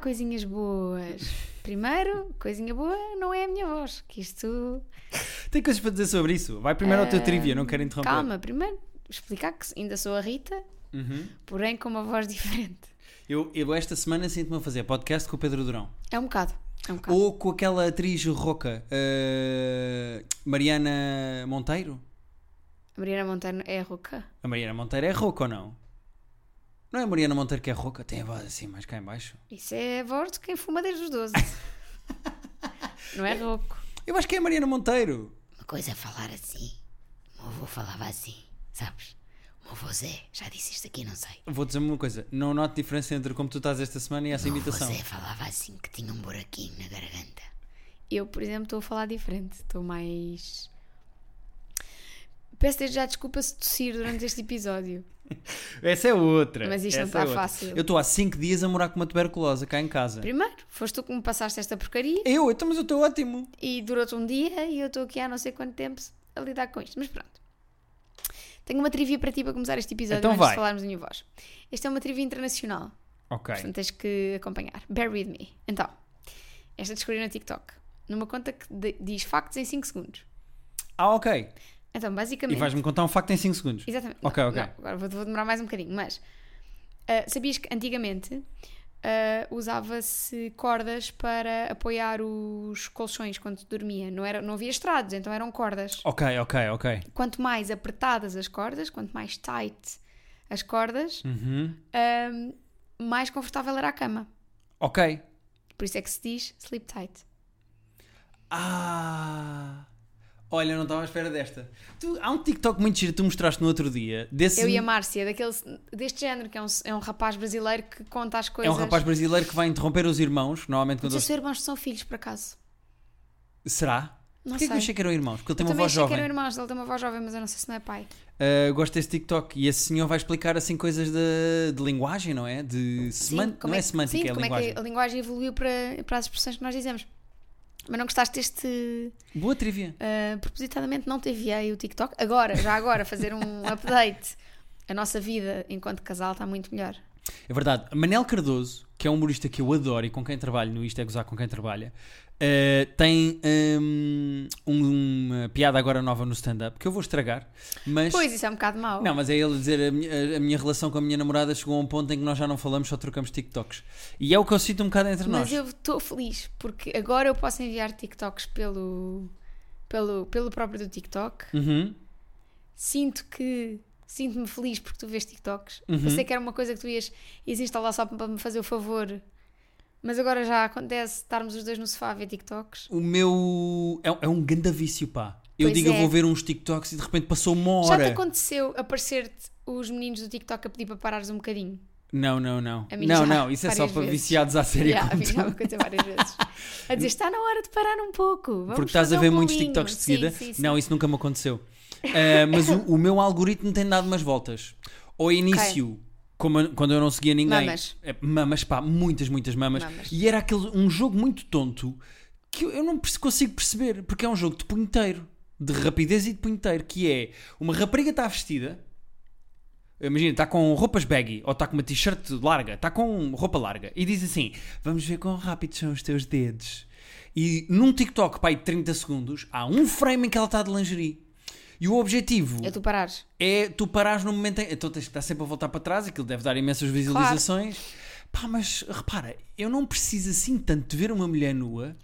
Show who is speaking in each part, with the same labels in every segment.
Speaker 1: coisinhas boas. Primeiro, coisinha boa não é a minha voz, que isto.
Speaker 2: Tem coisas para dizer sobre isso. Vai primeiro ao teu
Speaker 1: Ah,
Speaker 2: trivia, não quero interromper.
Speaker 1: Calma, primeiro explicar que ainda sou a Rita,
Speaker 2: Uhum.
Speaker 1: porém com uma voz diferente.
Speaker 2: Eu, eu esta semana sinto-me a fazer podcast com o Pedro Durão.
Speaker 1: É um bocado. É um bocado.
Speaker 2: Ou com aquela atriz roca, eh, Mariana Monteiro.
Speaker 1: A Mariana Montano é a Roca.
Speaker 2: A Mariana Monteiro é roca ou não? Não é a Mariana Monteiro que é roca? Tem a voz assim, mais cá em baixo.
Speaker 1: Isso é a voz de quem fuma desde os 12. não é rouco.
Speaker 2: Eu acho que é a Mariana Monteiro.
Speaker 1: Uma coisa é falar assim. O meu avô falava assim, sabes? O meu avô Zé, já disse isto aqui, não sei.
Speaker 2: Vou dizer-me uma coisa. Não noto diferença entre como tu estás esta semana e essa imitação.
Speaker 1: falava assim que tinha um buraquinho na garganta. Eu, por exemplo, estou a falar diferente. Estou mais. Peço desde já desculpa se tossir durante este episódio.
Speaker 2: Essa é outra.
Speaker 1: Mas isto não
Speaker 2: Essa
Speaker 1: está
Speaker 2: outra.
Speaker 1: fácil.
Speaker 2: Eu estou há 5 dias a morar com uma tuberculose cá em casa.
Speaker 1: Primeiro, foste tu que me passaste esta porcaria
Speaker 2: Eu, então, mas eu estou ótimo.
Speaker 1: e durou-te um dia e eu estou aqui há não sei quanto tempo a lidar com isto. Mas pronto. Tenho uma trivia para ti para começar este episódio
Speaker 2: Então
Speaker 1: antes
Speaker 2: vai.
Speaker 1: de falarmos da minha voz. Esta é uma trivia internacional.
Speaker 2: Ok.
Speaker 1: Portanto, tens que acompanhar. Bear with me. Então, esta descobri no TikTok. Numa conta que de- diz factos em 5 segundos.
Speaker 2: Ah, ok.
Speaker 1: Então,
Speaker 2: E
Speaker 1: basicamente.
Speaker 2: vais-me contar um facto em 5 segundos.
Speaker 1: Exatamente.
Speaker 2: Ok,
Speaker 1: Não,
Speaker 2: ok.
Speaker 1: não, agora vou, vou demorar mais um bocadinho, mas. ah, sabias que antigamente ah, usava-se cordas para apoiar os colchões quando dormia? Não, era, não havia estrados, então eram cordas.
Speaker 2: Ok, ok, ok.
Speaker 1: Quanto mais apertadas as cordas, quanto mais tight as cordas,
Speaker 2: Uhum.
Speaker 1: ah, mais confortável era a cama.
Speaker 2: Ok.
Speaker 1: Por isso é que se diz sleep tight.
Speaker 2: Ah. Olha, eu não estava à espera desta. Tu- há um TikTok muito giro que tu mostraste no outro dia. Desse,
Speaker 1: Eu e a Márcia, daquele, deste género, que é um, é um rapaz brasileiro que conta as
Speaker 2: é
Speaker 1: coisas.
Speaker 2: um rapaz brasileiro que vai interromper os irmãos. Normalmente
Speaker 1: Não
Speaker 2: quando
Speaker 1: sei
Speaker 2: eles...
Speaker 1: se irmãos são filhos, por acaso.
Speaker 2: Será?
Speaker 1: Não
Speaker 2: Porquê que eu
Speaker 1: sei.
Speaker 2: achei que eram irmãos? Porque ele tem
Speaker 1: Eu
Speaker 2: uma
Speaker 1: também
Speaker 2: voz
Speaker 1: achei que
Speaker 2: jovem.
Speaker 1: eram irmãos, ele tem uma voz jovem, mas eu não sei se não é pai.
Speaker 2: Ah, eu gosto desse TikTok e esse senhor vai explicar assim coisas de, de linguagem, não é? De seman... não é,
Speaker 1: que-
Speaker 2: semântica,
Speaker 1: sim,
Speaker 2: é
Speaker 1: como
Speaker 2: linguagem.
Speaker 1: é que a linguagem evoluiu para, para as expressões que nós dizemos. Mas não gostaste deste.
Speaker 2: Boa trivia.
Speaker 1: ah, propositadamente não te enviei o TikTok. Agora, já agora, fazer um update. A nossa vida enquanto casal está muito melhor.
Speaker 2: É verdade. Manel Cardoso, que é um humorista que eu adoro e com quem trabalho no Isto é Gozar com quem trabalha, eh, tem hum, um- uma piada agora nova no stand-up que eu vou estragar, mas.
Speaker 1: Pois, isso é um bocado mau.
Speaker 2: Não, mas é ele dizer a minha, a minha relação com a minha namorada chegou a um ponto em que nós já não falamos, só trocamos TikToks. E é o que eu sinto um bocado entre
Speaker 1: Mas
Speaker 2: nós.
Speaker 1: eu estou feliz porque agora eu posso enviar TikToks pelo, pelo, pelo próprio do TikTok.
Speaker 2: Uhum.
Speaker 1: Sinto que sinto-me feliz porque tu vês TikToks.
Speaker 2: Uhum.
Speaker 1: Eu sei que era uma coisa que tu ias, ias instalar só para me fazer o favor, mas agora já acontece estarmos os dois no sofá a ver TikToks.
Speaker 2: O meu. É, é um ganda vício, pá. Eu
Speaker 1: Pois
Speaker 2: digo, eu
Speaker 1: é.
Speaker 2: vou ver uns TikToks e de repente passou uma
Speaker 1: Já
Speaker 2: hora.
Speaker 1: te aconteceu aparecer-te os meninos do TikTok a pedir para parares um bocadinho?
Speaker 2: Não, não, não.
Speaker 1: A mim
Speaker 2: Não,
Speaker 1: já,
Speaker 2: não, isso é só
Speaker 1: várias
Speaker 2: para um
Speaker 1: vezes.
Speaker 2: viciados à série.
Speaker 1: Já, a mim
Speaker 2: como tu.
Speaker 1: já me aconteceu várias vezes. A dizer, está na hora de parar um pouco. Vamos
Speaker 2: Porque estás a
Speaker 1: fazer
Speaker 2: ver
Speaker 1: um
Speaker 2: muitos
Speaker 1: bolinho."
Speaker 2: TikToks de
Speaker 1: Sim,
Speaker 2: seguida.
Speaker 1: sim, sim.
Speaker 2: Não, isso nunca me aconteceu. Ah, mas o, o meu algoritmo tem dado umas voltas. Ao início, como eu- quando eu não seguia ninguém,
Speaker 1: Mamas.
Speaker 2: eh, mamas, pá, muitas, muitas mamas.
Speaker 1: Mamas.
Speaker 2: E era aquele, um jogo muito tonto que eu, eu não perce- consigo perceber, porque é um jogo de punheteiro, de rapidez e de punheteiro, que é uma rapariga está vestida. Imagina, está com roupas baggy ou está com uma t-shirt larga, está com roupa larga e diz assim: Vamos ver quão rápidos são os teus dedos. E num TikTok, pai, de 30 segundos, há um frame em que ela está de lingerie. E o objetivo
Speaker 1: É tu parares.
Speaker 2: é tu parares no momento em. Então tens que estar sempre a voltar para trás, aquilo deve dar imensas visualizações. Pá, mas repara, eu não preciso assim tanto de ver uma mulher nua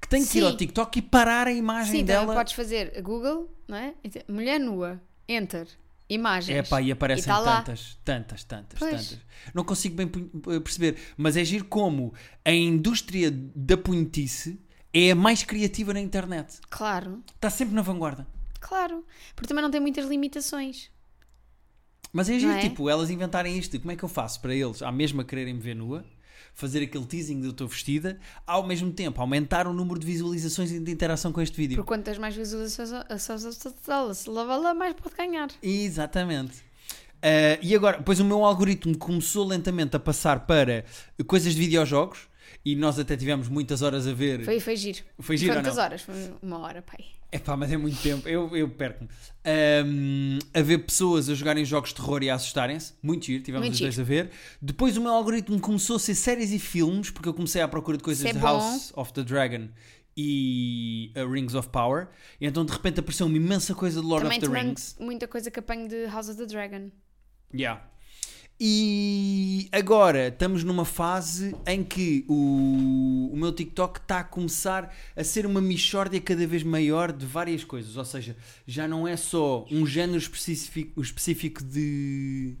Speaker 2: que tenho que ir
Speaker 1: Sim.
Speaker 2: ao TikTok e parar a imagem
Speaker 1: Sim, também
Speaker 2: dela.
Speaker 1: podes fazer Google, não é? E dizer, Mulher nua, enter, imagens.
Speaker 2: É pá, e aparecem
Speaker 1: tá lá.
Speaker 2: tantas, tantas, tantas,
Speaker 1: Pois.
Speaker 2: tantas. Não consigo bem pu- eh, perceber, mas é giro como a indústria da punhetice é a mais criativa na internet.
Speaker 1: Claro,
Speaker 2: Está sempre na vanguarda.
Speaker 1: claro. Porque também não tem muitas limitações.
Speaker 2: Mas é giro,
Speaker 1: Não é?
Speaker 2: tipo, elas inventarem isto. Como é que eu faço para eles, à mesma quererem me ver nua, fazer aquele teasing do teu vestida, ao mesmo tempo aumentar o número de visualizações e de interação com este vídeo?
Speaker 1: Por quantas mais visualizações a- a- a- a- se lava lá, mais pode ganhar.
Speaker 2: Exatamente. Eh, Ah, e agora, pois o meu algoritmo começou lentamente a passar para coisas de videojogos E nós até tivemos muitas horas a ver.
Speaker 1: Foi, foi giro.
Speaker 2: Foi giro ou
Speaker 1: Quantas
Speaker 2: não?
Speaker 1: horas? Foi uma hora, pai.
Speaker 2: É pá, mas é muito tempo. Eu, eu perco-me. Ahm, a ver pessoas a jogarem jogos de terror e a assustarem-se. Muito giro, tivemos
Speaker 1: Muito
Speaker 2: os dois a ver. Depois o meu algoritmo começou a ser séries e filmes, porque eu comecei à procura de coisas
Speaker 1: Isso é
Speaker 2: de
Speaker 1: bom.
Speaker 2: House of the Dragon e uh, Rings of Power. E então de repente apareceu uma imensa coisa de Lord
Speaker 1: Também
Speaker 2: of the
Speaker 1: tomando
Speaker 2: Rings.
Speaker 1: muita coisa que apanho de House of the Dragon.
Speaker 2: Yeah. E agora estamos numa fase em que o, o meu TikTok está a começar a ser uma mixórdia cada vez maior de várias coisas. Ou seja, já não é só um género específico, específico de,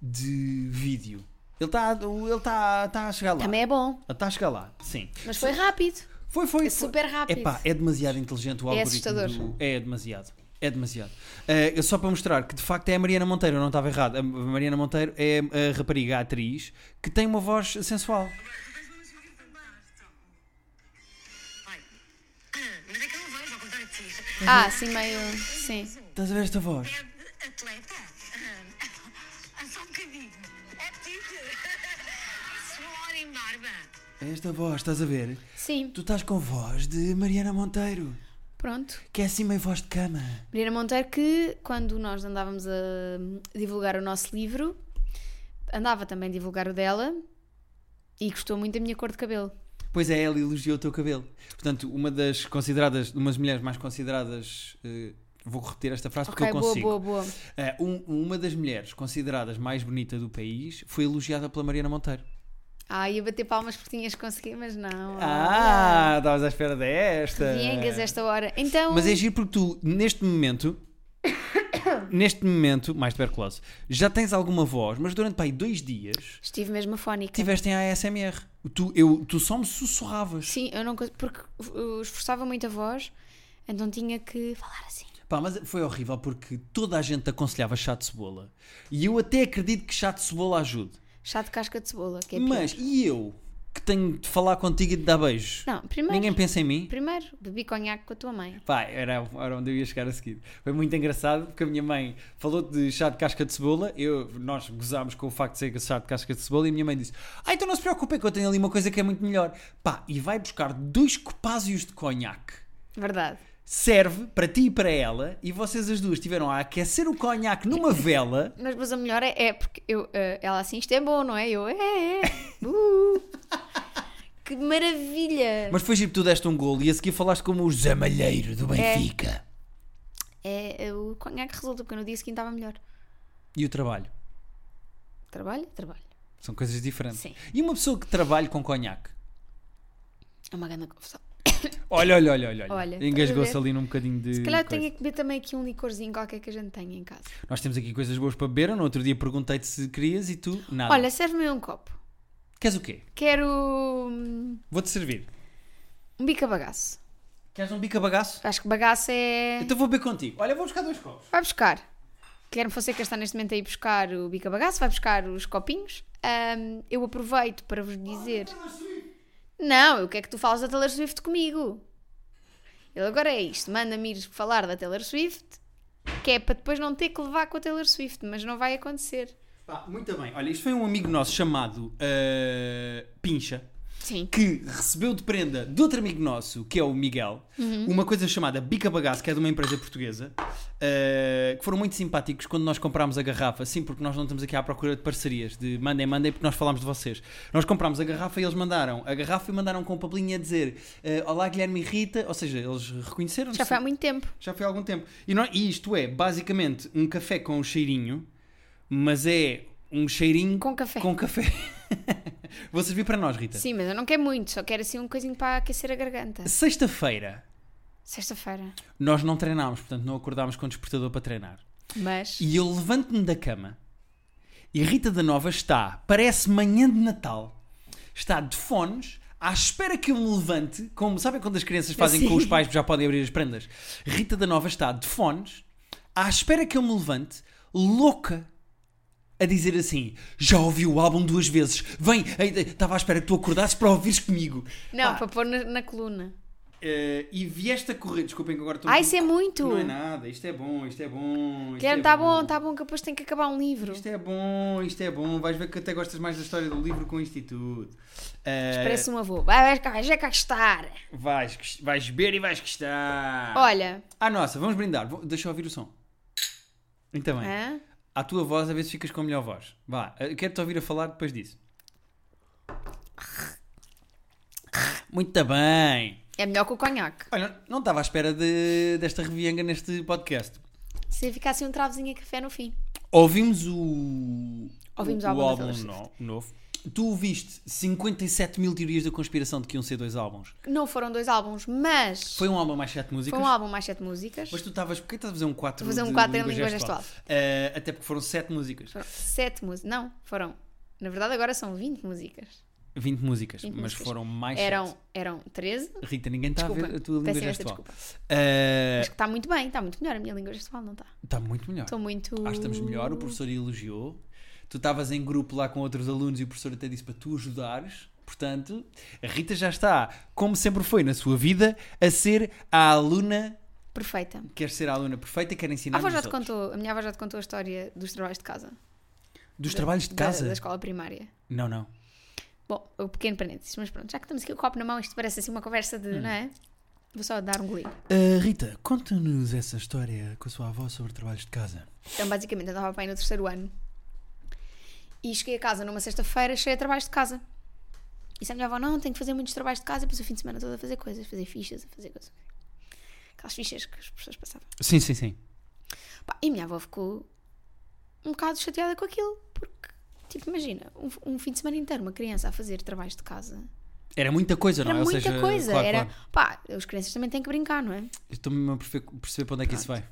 Speaker 2: de vídeo. Ele está ele tá, tá a chegar lá.
Speaker 1: Também é bom,
Speaker 2: Está a chegar lá, sim.
Speaker 1: mas foi rápido.
Speaker 2: Foi, foi.
Speaker 1: É super rápido.
Speaker 2: Epá, é demasiado inteligente o
Speaker 1: É
Speaker 2: algoritmo.
Speaker 1: assustador.
Speaker 2: do- É demasiado. É demasiado. Eh, só para mostrar que de facto é a Mariana Monteiro, eu não estava errado. A Mariana Monteiro é a rapariga, a atriz, que tem uma voz sensual.
Speaker 3: Vai. Mas é que eu não vejo, ao contrário de ti.
Speaker 1: Ah, sim, meio. Sim.
Speaker 2: Estás a ver esta voz?
Speaker 3: É de atleta? Ah, Só um bocadinho. É petite. Suor em barba.
Speaker 2: É esta voz, estás a ver?
Speaker 1: Sim.
Speaker 2: Tu estás com voz de Mariana Monteiro,
Speaker 1: Pronto.
Speaker 2: que é assim meio voz de cama.
Speaker 1: Mariana Monteiro, que quando nós andávamos a divulgar o nosso livro, andava também a divulgar o dela e gostou muito da minha cor de cabelo.
Speaker 2: Pois é, ela elogiou o teu cabelo. Portanto, uma das consideradas, uma das mulheres mais consideradas. eh, vou repetir esta frase porque
Speaker 1: ok,
Speaker 2: eu
Speaker 1: boa,
Speaker 2: consigo.
Speaker 1: boa, boa.
Speaker 2: Eh, um- uma das mulheres consideradas mais bonita do país foi elogiada pela Mariana Monteiro.
Speaker 1: Ah, ia bater palmas porque tinhas conseguido, mas não.
Speaker 2: Ah, estavas à espera desta.
Speaker 1: Viengas esta hora. Então.
Speaker 2: Mas é giro porque tu, neste momento, neste momento, mais tuberculose, já tens alguma voz, mas durante pá, aí dois dias
Speaker 1: Estive mesmo afónica.
Speaker 2: tiveste em ASMR. Tu, eu, tu só me sussurravas.
Speaker 1: Sim, eu não cons- porque uh, esforçava muito a voz, então tinha que falar assim.
Speaker 2: Pá, mas foi horrível porque toda a gente te aconselhava chá de cebola. E eu até acredito que chá de cebola ajude.
Speaker 1: Chá de casca de cebola, que é pior.
Speaker 2: mas e eu que tenho de falar contigo e de dar beijos?
Speaker 1: Não, primeiro,
Speaker 2: Ninguém pensa em mim?
Speaker 1: primeiro bebi conhaque com a tua mãe.
Speaker 2: Pá, era, era onde eu ia chegar a seguir. Foi muito engraçado porque a minha mãe falou de chá de casca de cebola. Eu, nós gozámos com o facto de ser chá de casca de cebola e a minha mãe disse: Ah, então não se preocupem que eu tenho ali uma coisa que é muito melhor. Pá, e vai buscar dois copásios de conhaque.
Speaker 1: Verdade.
Speaker 2: Serve para ti e para ela, e vocês as duas tiveram a aquecer o conhaque numa vela.
Speaker 1: Mas, mas a melhor é, é porque eu, eh, ela assim, isto é bom, não é? Eu, é, é. Uh. que maravilha!
Speaker 2: Mas foi giro que tu deste um golo e a seguir falaste como o José Malheiro do Benfica.
Speaker 1: É, é, o conhaque resulta, porque no dia seguinte estava melhor.
Speaker 2: E o trabalho.
Speaker 1: Trabalho? Trabalho.
Speaker 2: São coisas diferentes.
Speaker 1: Sim.
Speaker 2: E uma pessoa que trabalha com conhaque?
Speaker 1: É uma grande confusão.
Speaker 2: Olha, olha, olha, olha.
Speaker 1: Olha,
Speaker 2: olha Engasgou-se
Speaker 1: estás a ver?
Speaker 2: ali num bocadinho de.
Speaker 1: Se calhar
Speaker 2: coisa.
Speaker 1: tenho que beber também aqui um licorzinho qualquer que a gente tenha em casa.
Speaker 2: Nós temos aqui coisas boas para beber. Eu No outro dia perguntei-te se querias e tu nada.
Speaker 1: Olha, serve-me um copo.
Speaker 2: Queres o quê?
Speaker 1: Quero hum,
Speaker 2: Vou-te servir.
Speaker 1: um bica bagaço.
Speaker 2: Queres um bica bagaço?
Speaker 1: Acho que bagaço é.
Speaker 2: Então vou beber contigo. Olha, vou buscar dois copos.
Speaker 1: Vai buscar. Guilherme Fonseca está neste momento aí buscar o bica bagaço, vai buscar os copinhos. Ahm, eu aproveito para vos dizer. Não, eu quero que tu fales da Taylor Swift comigo. Ele agora é isto. Manda-me ir falar da Taylor Swift, que é para depois não ter que levar com a Taylor Swift, mas não vai acontecer.
Speaker 2: Pá, muito bem. Olha, isto foi um amigo nosso chamado ah, Pincha.
Speaker 1: Sim.
Speaker 2: Que recebeu de prenda de outro amigo nosso, que é o Miguel,
Speaker 1: Uhum.
Speaker 2: uma coisa chamada Bica Bagaço, que é de uma empresa portuguesa, ah, que foram muito simpáticos quando nós comprámos a garrafa. Sim, porque nós não estamos aqui à procura de parcerias, de mandem, mandem, porque nós falámos de vocês. Nós comprámos a garrafa e eles mandaram a garrafa e mandaram com um papelinho a dizer ah, Olá Guilherme e Rita, ou seja, eles reconheceram
Speaker 1: Já foi há muito tempo.
Speaker 2: já foi há algum tempo. E, nó- e isto é basicamente um café com um cheirinho, mas é um cheirinho
Speaker 1: Com café.
Speaker 2: Com café. Vou servir para nós, Rita.
Speaker 1: Sim, mas eu não quero muito, só quero assim um coisinho para aquecer a garganta.
Speaker 2: Sexta-feira
Speaker 1: Sexta-feira.
Speaker 2: nós não treinámos, portanto não acordámos com o despertador para treinar.
Speaker 1: Mas.
Speaker 2: E eu levanto-me da cama e Rita da Nova está, parece manhã de Natal, está de fones. À espera que eu me levante, como sabem quando as crianças fazem com os pais que já podem abrir as prendas? Rita da Nova está de fones, à espera que eu me levante, louca, a dizer assim: Já ouvi o álbum duas vezes, vem, ei, ei, estava à espera que tu acordasses para ouvires comigo.
Speaker 1: Não,
Speaker 2: Pá,
Speaker 1: para pôr na, na coluna.
Speaker 2: eh, e vieste a correr. Desculpem que agora estou.
Speaker 1: Ah, isso é muito!
Speaker 2: Não é nada, isto é bom, isto é bom. Isto
Speaker 1: Guilherme,
Speaker 2: é
Speaker 1: está tá bom, está bom, que depois tem que acabar um livro.
Speaker 2: Isto é bom, isto é bom. Vais ver que até gostas mais da história do livro com o Instituto. Eh,
Speaker 1: Parece um avô. Vai, vai, cá, vai, vai cá estar.
Speaker 2: vais, gos- vais ver e vais gostar.
Speaker 1: Olha.
Speaker 2: Ah, nossa, vamos brindar. Vou- Deixa eu ouvir o som. Então bem.
Speaker 1: hã?
Speaker 2: À tua voz, a ver se ficas com a melhor voz. Vá, eu quero-te ouvir a falar depois disso. Muito bem.
Speaker 1: É melhor que o conhaque.
Speaker 2: Olha, não estava à espera de- desta revianga neste podcast.
Speaker 1: Se ficasse um travozinho a café no fim.
Speaker 2: Ouvimos o,
Speaker 1: Ouvimos
Speaker 2: o,
Speaker 1: o álbum da
Speaker 2: o álbum
Speaker 1: Taylor
Speaker 2: no- novo. Tu ouviste 57 mil teorias da conspiração de que iam ser dois álbuns.
Speaker 1: Não foram dois álbuns, mas foi,
Speaker 2: Foi um álbum mais sete músicas.
Speaker 1: um álbum mais sete músicas.
Speaker 2: Mas tu estavas... Porquê estás a fazer um 4
Speaker 1: Vou fazer um quatro em língua gestual?
Speaker 2: Eh, até porque foram sete músicas.
Speaker 1: Foram sete músicas. Não, foram. Na verdade, agora são 20 músicas.
Speaker 2: 20 músicas,
Speaker 1: 20
Speaker 2: mas
Speaker 1: músicas.
Speaker 2: foram mais
Speaker 1: Eram,
Speaker 2: sete. É.
Speaker 1: eram 13.
Speaker 2: Rita, ninguém está a
Speaker 1: Desculpa,
Speaker 2: ver a tua língua
Speaker 1: peço imensa
Speaker 2: gestual.
Speaker 1: desculpa.
Speaker 2: Eh,
Speaker 1: Mas que está muito bem, está muito melhor a minha língua gestual, não está?
Speaker 2: Está muito melhor.
Speaker 1: Estou muito.
Speaker 2: Acho que estamos melhor, o professor elogiou. Tu estavas em grupo lá com outros alunos e o professor até disse para tu ajudares. Portanto, a Rita já está, como sempre foi na sua vida, a ser a aluna,
Speaker 1: Perfeita.
Speaker 2: quer ser a aluna perfeita, quer
Speaker 1: A,
Speaker 2: ensinar
Speaker 1: avó
Speaker 2: nos
Speaker 1: já te
Speaker 2: outros.
Speaker 1: contou, a minha avó já te contou a história dos trabalhos de casa.
Speaker 2: Dos trabalhos de
Speaker 1: Da-
Speaker 2: casa?
Speaker 1: Da, escola primária.
Speaker 2: Não, não.
Speaker 1: Bom, o pequeno parênteses, mas pronto, já que estamos aqui o copo na mão, isto parece assim uma conversa de,
Speaker 2: Hum.
Speaker 1: não é? Vou só dar um golinho.
Speaker 2: Ah, Rita, conta-nos essa história com a sua avó sobre trabalhos de casa.
Speaker 1: Então, basicamente, eu andava bem no terceiro ano. E cheguei a casa numa sexta-feira, cheia de trabalhos de casa. E se a minha avó, não, tenho que fazer muitos trabalhos de casa, e depois o fim de semana todo a fazer coisas, a fazer fichas, a fazer coisas. Aquelas fichas que as pessoas passavam.
Speaker 2: Sim, sim, sim.
Speaker 1: Pá, e a minha avó ficou um bocado chateada com aquilo, porque, tipo, imagina, um, um fim de semana inteiro, uma criança a fazer trabalhos de casa.
Speaker 2: Era muita coisa,
Speaker 1: Era
Speaker 2: não é? Ou
Speaker 1: muita
Speaker 2: seja,
Speaker 1: coisa.
Speaker 2: claro,
Speaker 1: era,
Speaker 2: claro.
Speaker 1: pá, as crianças também têm que brincar, não é?
Speaker 2: Eu Estou-me a perfe- perceber para onde é que isso vai.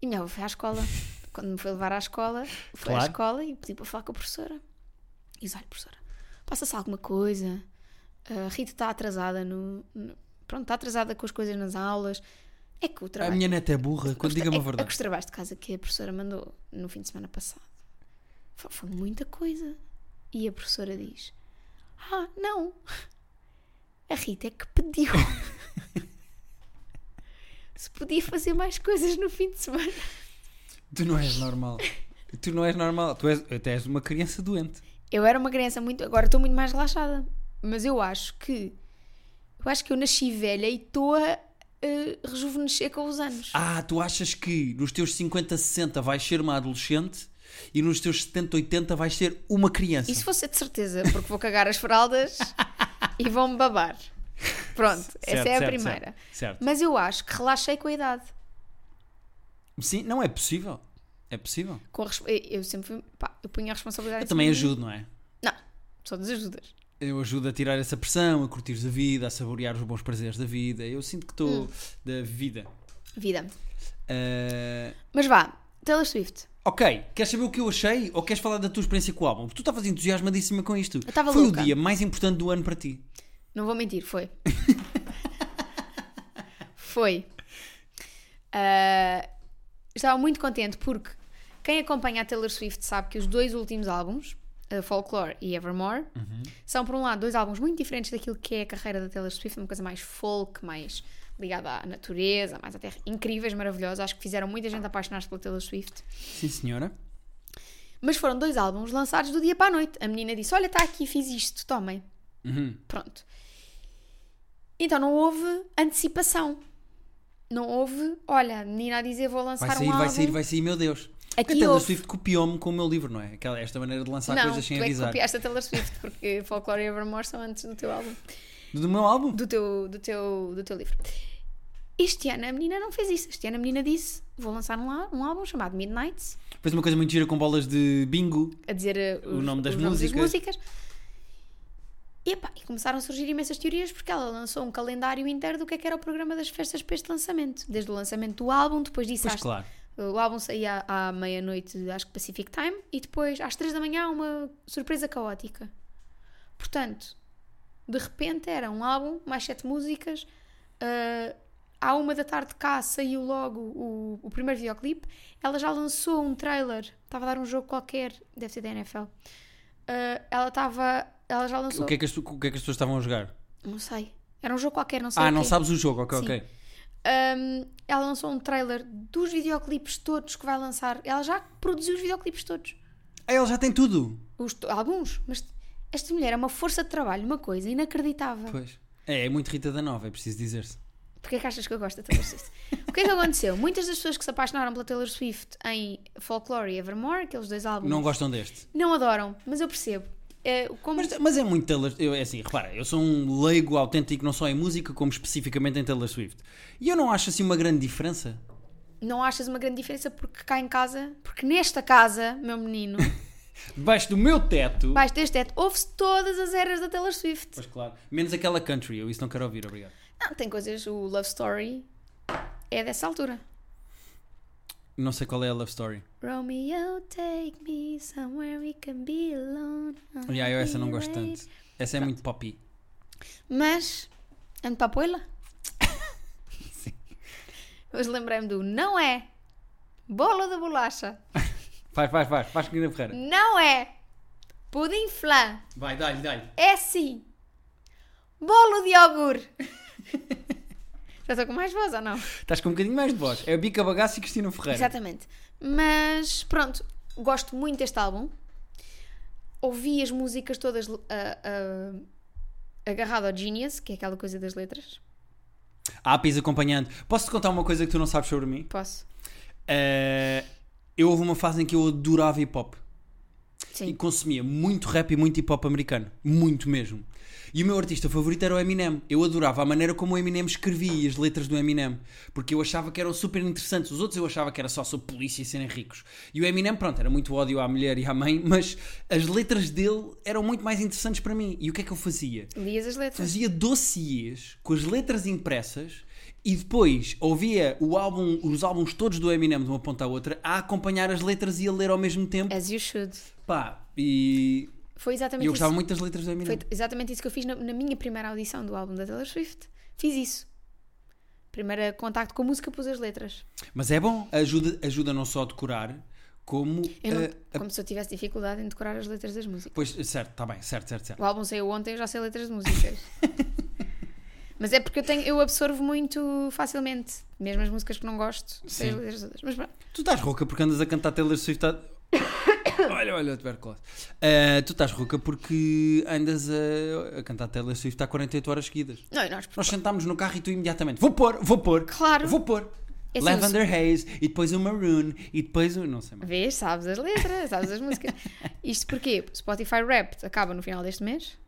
Speaker 1: E minha avó foi à escola. Quando me foi levar à escola, foi à
Speaker 2: Claro.
Speaker 1: escola e pediu para falar com a professora. E disse: Olha, professora, passa-se alguma coisa? A Rita está atrasada no, no- Pronto, está atrasada com as coisas nas aulas. É que o
Speaker 2: A
Speaker 1: trabalho.
Speaker 2: minha neta é burra, quando
Speaker 1: é,
Speaker 2: diga-me
Speaker 1: que-
Speaker 2: a
Speaker 1: É que
Speaker 2: verdade.
Speaker 1: os trabalhos de casa que a professora mandou no fim de semana passado foi, foi muita coisa. E a professora diz: Ah, não. A Rita é que pediu. Se podia fazer mais coisas no fim de semana.
Speaker 2: Tu não és normal. Tu não és normal. Tu és, até és uma criança doente.
Speaker 1: Eu era uma criança muito. Agora estou muito mais relaxada. Mas eu acho que. Eu acho que eu nasci velha e estou a eh, rejuvenescer com os anos.
Speaker 2: Ah, tu achas que nos teus 50, 60 vais ser uma adolescente e nos teus 70, 80 vais ser uma criança.
Speaker 1: E se fosse de certeza, porque vou cagar as fraldas e vão-me babar. Pronto, essa é a primeira.
Speaker 2: Certo. certo.
Speaker 1: Mas eu acho que relaxei com a idade.
Speaker 2: Sim, não é possível. É possível.
Speaker 1: Com a res- eu eu sempre fui. Pá, eu punha a responsabilidade.
Speaker 2: Eu
Speaker 1: em cima
Speaker 2: também
Speaker 1: de mim.
Speaker 2: ajudo, não é?
Speaker 1: Não, só desajudas.
Speaker 2: Eu ajudo a tirar essa pressão, a curtir a vida, a saborear os bons prazeres da vida. Eu sinto que estou
Speaker 1: Hum.
Speaker 2: da vida.
Speaker 1: Vida.
Speaker 2: Ah,
Speaker 1: Mas vá, Taylor Swift.
Speaker 2: Ok, queres saber o que eu achei ou queres falar da tua experiência com o álbum? Porque tu estavas entusiasmadíssima com isto.
Speaker 1: Eu estava
Speaker 2: Foi
Speaker 1: louca.
Speaker 2: o dia mais importante do ano para ti.
Speaker 1: Não vou mentir, foi. foi. Ah, estava muito contente porque quem acompanha a Taylor Swift sabe que os dois últimos álbuns, ah, Folklore e Evermore, são, por um lado, dois álbuns muito diferentes daquilo que é a carreira da Taylor Swift, uma coisa mais folk, mais ligada à natureza, mais à terra. Incríveis, maravilhosos. Acho que fizeram muita gente apaixonar-se pela Taylor Swift.
Speaker 2: Sim, senhora.
Speaker 1: Mas foram dois álbuns lançados do dia para a noite. A menina disse: Olha, está aqui, fiz isto, tomem.
Speaker 2: Uhum.
Speaker 1: Pronto. Então não houve antecipação. Não houve, olha, a menina a dizer vou lançar
Speaker 2: Vai sair,
Speaker 1: um álbum.
Speaker 2: vai sair, vai sair, meu Deus.
Speaker 1: Aqui
Speaker 2: a Taylor
Speaker 1: houve-
Speaker 2: Swift copiou-me com o meu livro, não é? Aquela, esta maneira de lançar
Speaker 1: não,
Speaker 2: coisas sem
Speaker 1: tu é que
Speaker 2: avisar.
Speaker 1: copiaste a Taylor Swift, porque Folklore e Evermore são antes do teu álbum,
Speaker 2: Do meu álbum?
Speaker 1: do teu, do teu, do teu livro. Este ano a menina não fez isso. Este ano a menina disse: Vou lançar um, á- um álbum chamado Midnights,
Speaker 2: Fez uma coisa muito gira com bolas de bingo.
Speaker 1: a dizer eh,
Speaker 2: O
Speaker 1: os-
Speaker 2: nome das
Speaker 1: os nomes
Speaker 2: músicas.
Speaker 1: músicas. E, epá, e começaram a surgir imensas teorias porque ela lançou um calendário inteiro do que é que era o programa das festas para este lançamento. Desde o lançamento do álbum, depois disso
Speaker 2: Pois
Speaker 1: às-
Speaker 2: claro.
Speaker 1: o álbum saía à meia-noite, acho que Pacific Time, e depois às três da manhã há uma surpresa caótica. Portanto, de repente era um álbum, mais sete músicas. ah, à uma da tarde cá saiu logo o, o primeiro videoclipe. Ela já lançou um trailer, estava a dar um jogo qualquer, deve ser da NFL. Ah, ela estava. Ela já lançou.
Speaker 2: O é que, é que as, tu- o que é que as pessoas estavam a jogar?
Speaker 1: Não sei. Era um jogo qualquer, não sei
Speaker 2: Ah,
Speaker 1: o
Speaker 2: não
Speaker 1: quê.
Speaker 2: sabes o jogo, ok,
Speaker 1: Sim.
Speaker 2: ok.
Speaker 1: Ahm, ela lançou um trailer dos videoclipes todos que vai lançar. Ela já produziu os videoclipes todos.
Speaker 2: Ah, ele já tem tudo.
Speaker 1: Os to- alguns, mas esta mulher é uma força de trabalho, uma coisa inacreditável.
Speaker 2: Pois. É, é muito Rita da Nova, é preciso dizer-se.
Speaker 1: Porquê é que achas que eu gosto de Taylor Swift? o que é que aconteceu? Muitas das pessoas que se apaixonaram pela Taylor Swift em Folklore e Evermore, aqueles dois álbuns,
Speaker 2: Não gostam deste.
Speaker 1: não adoram, mas eu percebo. É, como...
Speaker 2: Mas, mas é muito Taylor. Eu, é assim, repara, eu sou um leigo autêntico, não só em música, como especificamente em Taylor Swift. E eu não acho assim uma grande diferença.
Speaker 1: Não achas uma grande diferença porque cá em casa, porque nesta casa, meu menino,
Speaker 2: Debaixo do meu teto.
Speaker 1: baixo deste teto, ouve-se todas as eras da Taylor Swift.
Speaker 2: Pois claro. Menos aquela country, eu isso não quero ouvir, obrigado.
Speaker 1: Não, Ah, tem coisas, o Love Story é dessa altura.
Speaker 2: Não sei qual é a love story.
Speaker 1: Romeo, take me somewhere we can be alone. I'll
Speaker 2: Yeah, eu essa
Speaker 1: be
Speaker 2: não gosto
Speaker 1: late.
Speaker 2: tanto. Essa é muito poppy.
Speaker 1: Mas, ando para a poela?
Speaker 2: Sim.
Speaker 1: Hoje lembrei-me do não é bola de bolacha,
Speaker 2: Faz, faz, faz. Faz Cristina Ferreira.
Speaker 1: não é pudim flan,
Speaker 2: Vai, dá-lhe, dá-lhe.
Speaker 1: é sim bolo de iogurte. Já estou com mais voz ou não?
Speaker 2: Estás com um bocadinho mais de voz. É a Bica Bagaço e Cristina Ferreira.
Speaker 1: Exatamente. Mas pronto, gosto muito deste álbum. Ouvi as músicas todas ah, ah, agarrado ao Genius, que é aquela coisa das letras.
Speaker 2: Há pis acompanhando. Posso-te contar uma coisa que tu não sabes sobre mim?
Speaker 1: Posso?
Speaker 2: Eh, eu houve uma fase em que eu adorava hip hop e
Speaker 1: Sim.
Speaker 2: consumia muito rap e muito hip hop americano. Muito mesmo. E o meu artista favorito era o Eminem. Eu adorava a maneira como o Eminem escrevia e as letras do Eminem. Porque eu achava que eram super interessantes. Os outros eu achava que era só sobre polícia e serem ricos. E o Eminem, pronto, era muito ódio à mulher e à mãe, mas as letras dele eram muito mais interessantes para mim. E o que é que eu fazia?
Speaker 1: Lias as letras.
Speaker 2: fazia dossiês com as letras impressas e depois ouvia o álbum, os álbuns todos do Eminem de uma ponta à outra a acompanhar as letras e a ler ao mesmo tempo.
Speaker 1: As you should.
Speaker 2: Pá, e
Speaker 1: Foi
Speaker 2: e
Speaker 1: exatamente isso.
Speaker 2: eu gostava muito das letras do Eminem.
Speaker 1: Foi exatamente isso que eu fiz na, na minha primeira audição do álbum da Taylor Swift. Fiz isso. Primeiro contacto com a música, pus as letras.
Speaker 2: Mas é bom, ajuda, ajuda não só a decorar, como.
Speaker 1: Eu não-
Speaker 2: a- Eh, a-
Speaker 1: como se eu tivesse dificuldade em decorar as letras das músicas.
Speaker 2: Pois, certo, está bem, certo, certo, certo.
Speaker 1: O álbum saiu ontem, eu já sei letras de músicas. Mas é porque eu, tenho, eu absorvo muito facilmente. Mesmo as músicas que não gosto, sei as
Speaker 2: Sim.
Speaker 1: letras todas. Mas pronto.
Speaker 2: Tu estás rouca porque andas a cantar Taylor Swift. à- olha, olha, tuberculose. Ah, tu estás rouca porque andas a, a cantar Taylor Swift há 48 horas seguidas.
Speaker 1: Não, e nós,
Speaker 2: Nós sentámos no carro e tu imediatamente vou pôr, vou pôr,
Speaker 1: Claro.
Speaker 2: vou pôr.
Speaker 1: É assim,
Speaker 2: Lavender Haze e depois o Maroon e depois o. Não sei mais.
Speaker 1: Vês, sabes as letras, sabes as músicas. Isto porque Spotify Wrapped acaba no final deste mês?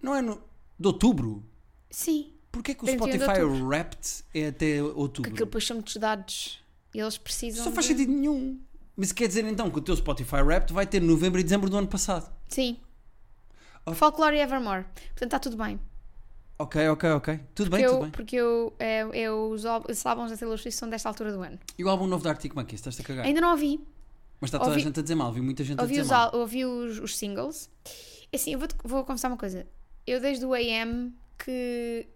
Speaker 2: Não é no. de outubro?
Speaker 1: Sim.
Speaker 2: Porquê que o
Speaker 1: 31 de
Speaker 2: Spotify
Speaker 1: outubro.
Speaker 2: Wrapped é até
Speaker 1: Que
Speaker 2: outubro?
Speaker 1: aquilo depois são muitos dados. E eles precisam.
Speaker 2: Isso não faz
Speaker 1: de-
Speaker 2: sentido nenhum. Mas quer dizer então que o teu Spotify Wrapped vai ter novembro e dezembro do ano passado.
Speaker 1: Sim.
Speaker 2: Oh.
Speaker 1: Folklore e Evermore. Portanto, está tudo bem.
Speaker 2: Ok, ok, ok. Tudo bem,
Speaker 1: eu,
Speaker 2: tudo bem.
Speaker 1: Porque eu, é, eu os ál- os álbuns da Taylor Swift são desta altura do ano.
Speaker 2: E o álbum novo da Arctic Monkeys? Estás a cagar?
Speaker 1: Ainda não ouvi.
Speaker 2: Mas está toda
Speaker 1: ouvi-
Speaker 2: a gente a dizer mal. Ouvi muita gente a
Speaker 1: Ouvi,
Speaker 2: dizer
Speaker 1: os,
Speaker 2: mal.
Speaker 1: al- ouvi os, os singles. Assim, eu vou, vou confessar uma coisa. Eu desde o AM que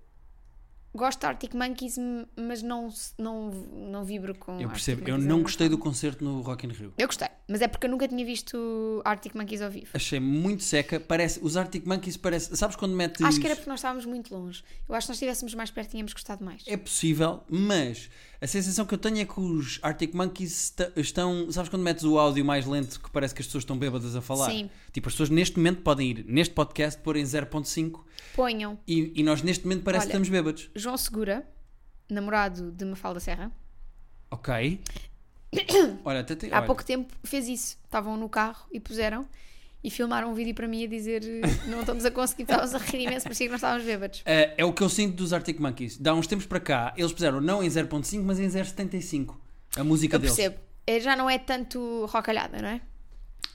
Speaker 1: gosto de Arctic Monkeys, m- mas não, se- não, não vibro com.
Speaker 2: Eu
Speaker 1: Arctic
Speaker 2: percebo. Eu
Speaker 1: Monkeys, é
Speaker 2: não gostei do
Speaker 1: gosto.
Speaker 2: concerto no Rock in Rio.
Speaker 1: Eu gostei, mas é porque eu nunca tinha visto Arctic Monkeys ao vivo.
Speaker 2: Achei muito seca. Parece... Os Arctic Monkeys parece... Sabes quando metes...
Speaker 1: Acho que era porque nós estávamos muito longe. Eu acho que nós estivéssemos mais perto, tínhamos gostado mais.
Speaker 2: É possível, mas a sensação que eu tenho é que os Arctic Monkeys esta- estão. Sabes quando metes o áudio mais lento que parece que as pessoas estão bêbadas a falar?
Speaker 1: Sim.
Speaker 2: Tipo, as pessoas neste momento podem ir neste podcast pôr em 0.5
Speaker 1: Ponham
Speaker 2: e, e nós neste momento parece
Speaker 1: Olha.
Speaker 2: que estamos bêbados.
Speaker 1: João Segura, namorado de Mafalda Serra,
Speaker 2: Ok. Olha, até te,
Speaker 1: há
Speaker 2: olha,
Speaker 1: pouco tempo fez isso. Estavam no carro e puseram e filmaram um vídeo para mim a dizer eh, não estamos a conseguir, estávamos a rir imenso, parecia que nós estávamos bêbados.
Speaker 2: eh, é o que eu sinto dos Arctic Monkeys. Dá uns tempos para cá, eles puseram não em 0.5, mas em 0.75. A música
Speaker 1: Eu
Speaker 2: deles.
Speaker 1: percebo. Eh, Já não é tanto rocalhada, não é?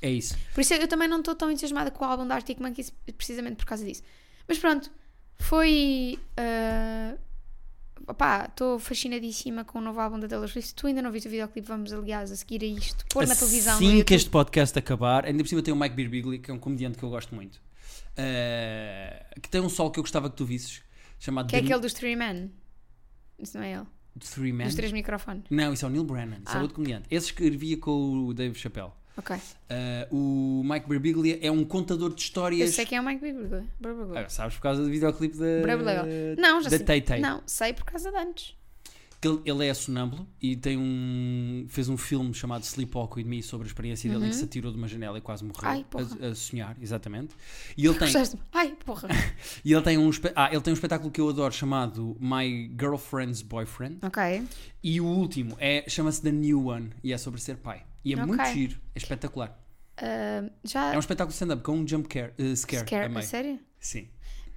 Speaker 2: É isso.
Speaker 1: Por isso eu também não estou tão entusiasmada com o álbum da Arctic Monkeys precisamente por causa disso. Mas pronto, foi. eh, Opá, estou fascinadíssima com o novo álbum da Taylor Swift. Se tu ainda não viste o videoclipe, vamos aliás a seguir a isto, pôr na televisão. no
Speaker 2: Assim
Speaker 1: YouTube.
Speaker 2: que este podcast acabar, ainda por cima tem o Mike Birbiglia, que é um comediante que eu gosto muito, eh, que tem um sol que eu gostava que tu visses, chamado
Speaker 1: Que é
Speaker 2: The
Speaker 1: aquele dos Three Men. Isso não é ele.
Speaker 2: Three Men.
Speaker 1: Dos três microfones.
Speaker 2: Não, isso é o Neil Brennan, isso é
Speaker 1: Ah.
Speaker 2: outro comediante. Esse escrevia com o Dave Chappelle.
Speaker 1: Ok.
Speaker 2: Ah, o Mike Birbiglia é um contador de
Speaker 1: Eu
Speaker 2: histórias.
Speaker 1: sei quem é o Mike Birbiglia. Birbiglia.
Speaker 2: Ah, sabes por causa do videoclipe da.
Speaker 1: Birbiglia. Não, já
Speaker 2: da
Speaker 1: sei.
Speaker 2: Tay Tay.
Speaker 1: Não, sei por causa de antes.
Speaker 2: Que ele, ele é sonâmbulo e tem um fez um filme chamado Sleepwalk with Me sobre a experiência dele em que se atirou de uma janela e quase morreu
Speaker 1: Uhum. Ai, porra.
Speaker 2: a, a sonhar, exatamente. E ele tem
Speaker 1: Gostaste-me? Ai, porra.
Speaker 2: e ele tem um espe- ah, ele tem um espetáculo que eu adoro chamado My Girlfriend's Boyfriend
Speaker 1: ok.
Speaker 2: e o último é chama-se The New One e é sobre ser pai. E é
Speaker 1: Ok.
Speaker 2: muito giro, é espetacular.
Speaker 1: Ah, já.
Speaker 2: É um espetáculo de stand-up com um jump care, eh, scare,
Speaker 1: Scare-
Speaker 2: a
Speaker 1: a
Speaker 2: meio.
Speaker 1: sério?
Speaker 2: Sim.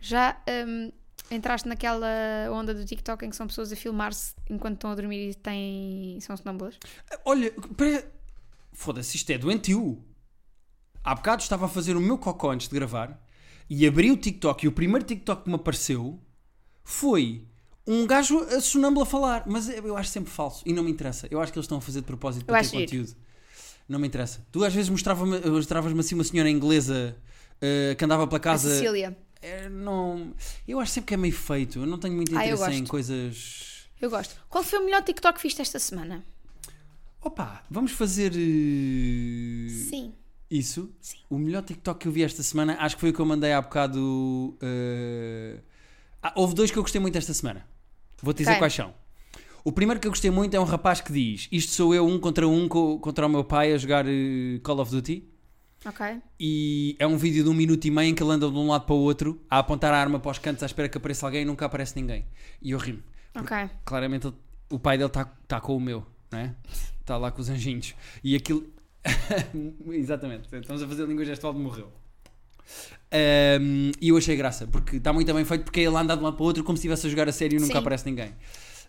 Speaker 1: Já hum, entraste naquela onda do TikTok em que são pessoas a filmar-se enquanto estão a dormir e têm... são sonâmbulas?
Speaker 2: Olha, pera- foda-se, isto é doentio. Há bocado estava a fazer o meu cocó antes de gravar e abri o TikTok e o primeiro TikTok que me apareceu foi um gajo a sonâmbula a falar, mas eu acho sempre falso e não me interessa. Eu acho que eles estão a fazer de propósito para ter
Speaker 1: acho giro.
Speaker 2: conteúdo. Não me interessa. Tu às vezes mostrava-me- mostravas-me assim uma senhora inglesa eh, que andava pela
Speaker 1: A
Speaker 2: casa.
Speaker 1: Cecília.
Speaker 2: Eh, não, eu acho sempre que é meio feito. Eu não tenho muito
Speaker 1: Ah, eu
Speaker 2: interesse em
Speaker 1: gosto.
Speaker 2: coisas.
Speaker 1: Eu gosto. Qual foi o melhor TikTok que viste esta semana?
Speaker 2: Opa, vamos fazer. eh,
Speaker 1: Sim.
Speaker 2: Isso?
Speaker 1: Sim.
Speaker 2: O melhor TikTok que eu vi esta semana, acho que foi o que eu mandei há bocado. eh, ah, houve dois que eu gostei muito esta semana. Vou-te dizer
Speaker 1: Ok.
Speaker 2: quais são. O primeiro que eu gostei muito é um rapaz que diz: Isto sou eu, um contra um, co- contra o meu pai a jogar eh, Call of Duty.
Speaker 1: Ok.
Speaker 2: E é um vídeo de um minuto e meio em que ele anda de um lado para o outro a apontar a arma para os cantos à espera que apareça alguém e nunca aparece ninguém. E eu rimo.
Speaker 1: Ok.
Speaker 2: Claramente ele- o pai dele está tá com o meu, não é? Está lá com os anjinhos. E aquilo. Exatamente. Estamos a fazer a língua gestual de morreu. Ahm, e eu achei graça, porque está muito bem feito, porque ele anda de um lado para o outro como se estivesse a jogar a sério e nunca
Speaker 1: Sim.
Speaker 2: aparece ninguém.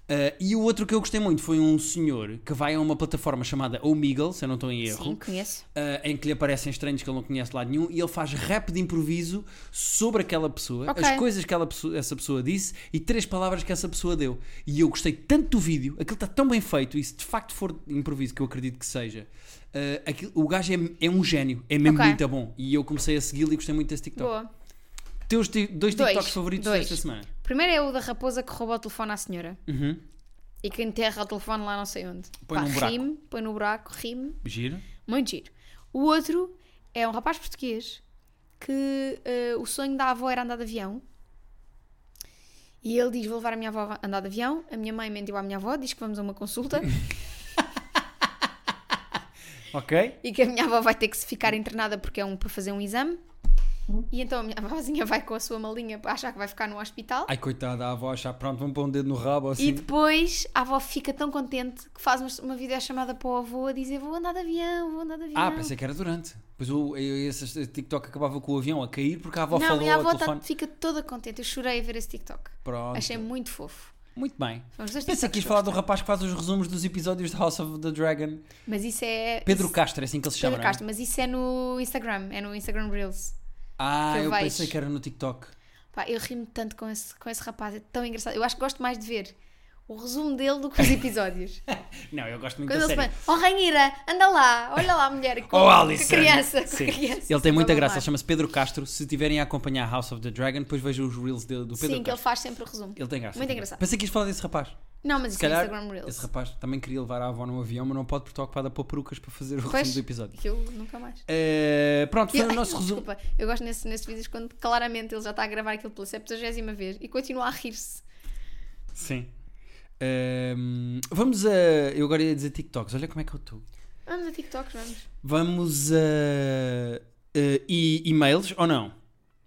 Speaker 2: Ah, e o outro que eu gostei muito foi um senhor que vai a uma plataforma chamada Omegle, se eu não estou em erro,
Speaker 1: Sim, conheço.
Speaker 2: ah, em que lhe aparecem estranhos que ele não conhece de lado nenhum e ele faz rap de improviso sobre aquela pessoa,
Speaker 1: Ok.
Speaker 2: as coisas que ela pesso- essa pessoa disse e três palavras que essa pessoa deu. E eu gostei tanto do vídeo, aquilo está tão bem feito e se de facto for improviso, que eu acredito que seja, ah, aquilo- o gajo é, é um gênio, é mesmo
Speaker 1: Ok.
Speaker 2: muito bom. E eu comecei a segui-lo e gostei muito desse TikTok.
Speaker 1: Boa.
Speaker 2: Teus ti- dois
Speaker 1: Dois,
Speaker 2: TikToks favoritos
Speaker 1: dois.
Speaker 2: desta semana?
Speaker 1: Primeiro é o da raposa que roubou o telefone à senhora
Speaker 2: Uhum.
Speaker 1: e que enterra o telefone lá não sei onde.
Speaker 2: Põe num buraco.
Speaker 1: Rime, põe no buraco, rime.
Speaker 2: Giro.
Speaker 1: Muito giro. O outro é um rapaz português que eh, o sonho da avó era andar de avião. E ele diz: Vou levar a minha avó a andar de avião. A minha mãe mentiu à minha avó, diz que vamos a uma consulta
Speaker 2: Ok.
Speaker 1: e que a minha avó vai ter que se ficar internada porque é um para fazer um exame.
Speaker 2: Uhum.
Speaker 1: E então a minha avózinha vai com a sua malinha para achar que vai ficar no hospital.
Speaker 2: Ai coitada, a avó achar pronto, vamos pôr um dedo no rabo ou assim.
Speaker 1: E depois a avó fica tão contente que faz uma, uma videochamada para o avô a dizer: Vou andar de avião, vou andar de avião.
Speaker 2: Ah, pensei que era durante. Pois o, esse TikTok acabava com o avião a cair porque a avó
Speaker 1: Não,
Speaker 2: falou
Speaker 1: e a
Speaker 2: ao
Speaker 1: avó tá-
Speaker 2: telefone.
Speaker 1: fica toda contente. Eu chorei a ver esse TikTok.
Speaker 2: Pronto.
Speaker 1: Achei muito fofo.
Speaker 2: Muito bem.
Speaker 1: Vamos ver se
Speaker 2: Pensa que
Speaker 1: tens
Speaker 2: ias falar do rapaz que faz os resumos dos episódios de House of the Dragon.
Speaker 1: Mas isso é.
Speaker 2: Pedro
Speaker 1: isso-
Speaker 2: Castro, é assim que ele se chama.
Speaker 1: Pedro
Speaker 2: não é?
Speaker 1: Castro, mas isso é no Instagram, é no Instagram Reels.
Speaker 2: Ah,
Speaker 1: que
Speaker 2: eu
Speaker 1: vais.
Speaker 2: pensei que era no TikTok.
Speaker 1: Pá, eu ri-me tanto com esse, com esse rapaz, é tão engraçado. Eu acho que gosto mais de ver o resumo dele do que os episódios.
Speaker 2: Não, eu gosto muito
Speaker 1: Quando
Speaker 2: da
Speaker 1: ele se
Speaker 2: série.
Speaker 1: põe, oh Rainira, anda lá, olha lá a mulher com,
Speaker 2: Oh,
Speaker 1: com a
Speaker 2: Alison!
Speaker 1: criança, com a
Speaker 2: Sim.
Speaker 1: criança.
Speaker 2: Ele tem muita
Speaker 1: Blá, blá,
Speaker 2: graça, ele
Speaker 1: blá.
Speaker 2: chama-se Pedro Castro. Se tiverem a acompanhar House of the Dragon, depois vejam os reels dele- do Pedro
Speaker 1: Sim, que ele
Speaker 2: Castro.
Speaker 1: faz sempre o resumo.
Speaker 2: Ele tem graça.
Speaker 1: Muito
Speaker 2: tem
Speaker 1: engraçado.
Speaker 2: Pensei que ias falar desse rapaz.
Speaker 1: Não, mas
Speaker 2: Se
Speaker 1: isso é
Speaker 2: calhar,
Speaker 1: Instagram Reels.
Speaker 2: esse rapaz também queria levar a avó num avião, mas não pode porque está ocupada para perucas para fazer é o
Speaker 1: Pois,
Speaker 2: resumo do episódio.
Speaker 1: Que eu nunca mais.
Speaker 2: Eh, pronto, foi
Speaker 1: Eu-
Speaker 2: o nosso resumo.
Speaker 1: Desculpa, eu gosto nesse- nesses vídeos quando claramente ele já está a gravar aquilo pela 70 vez e continua a rir-se.
Speaker 2: Sim. Ehm, vamos a. Eu agora ia dizer TikToks, olha como é que eu estou.
Speaker 1: Vamos a TikToks, vamos.
Speaker 2: Vamos a. eh, e e-mails ou não?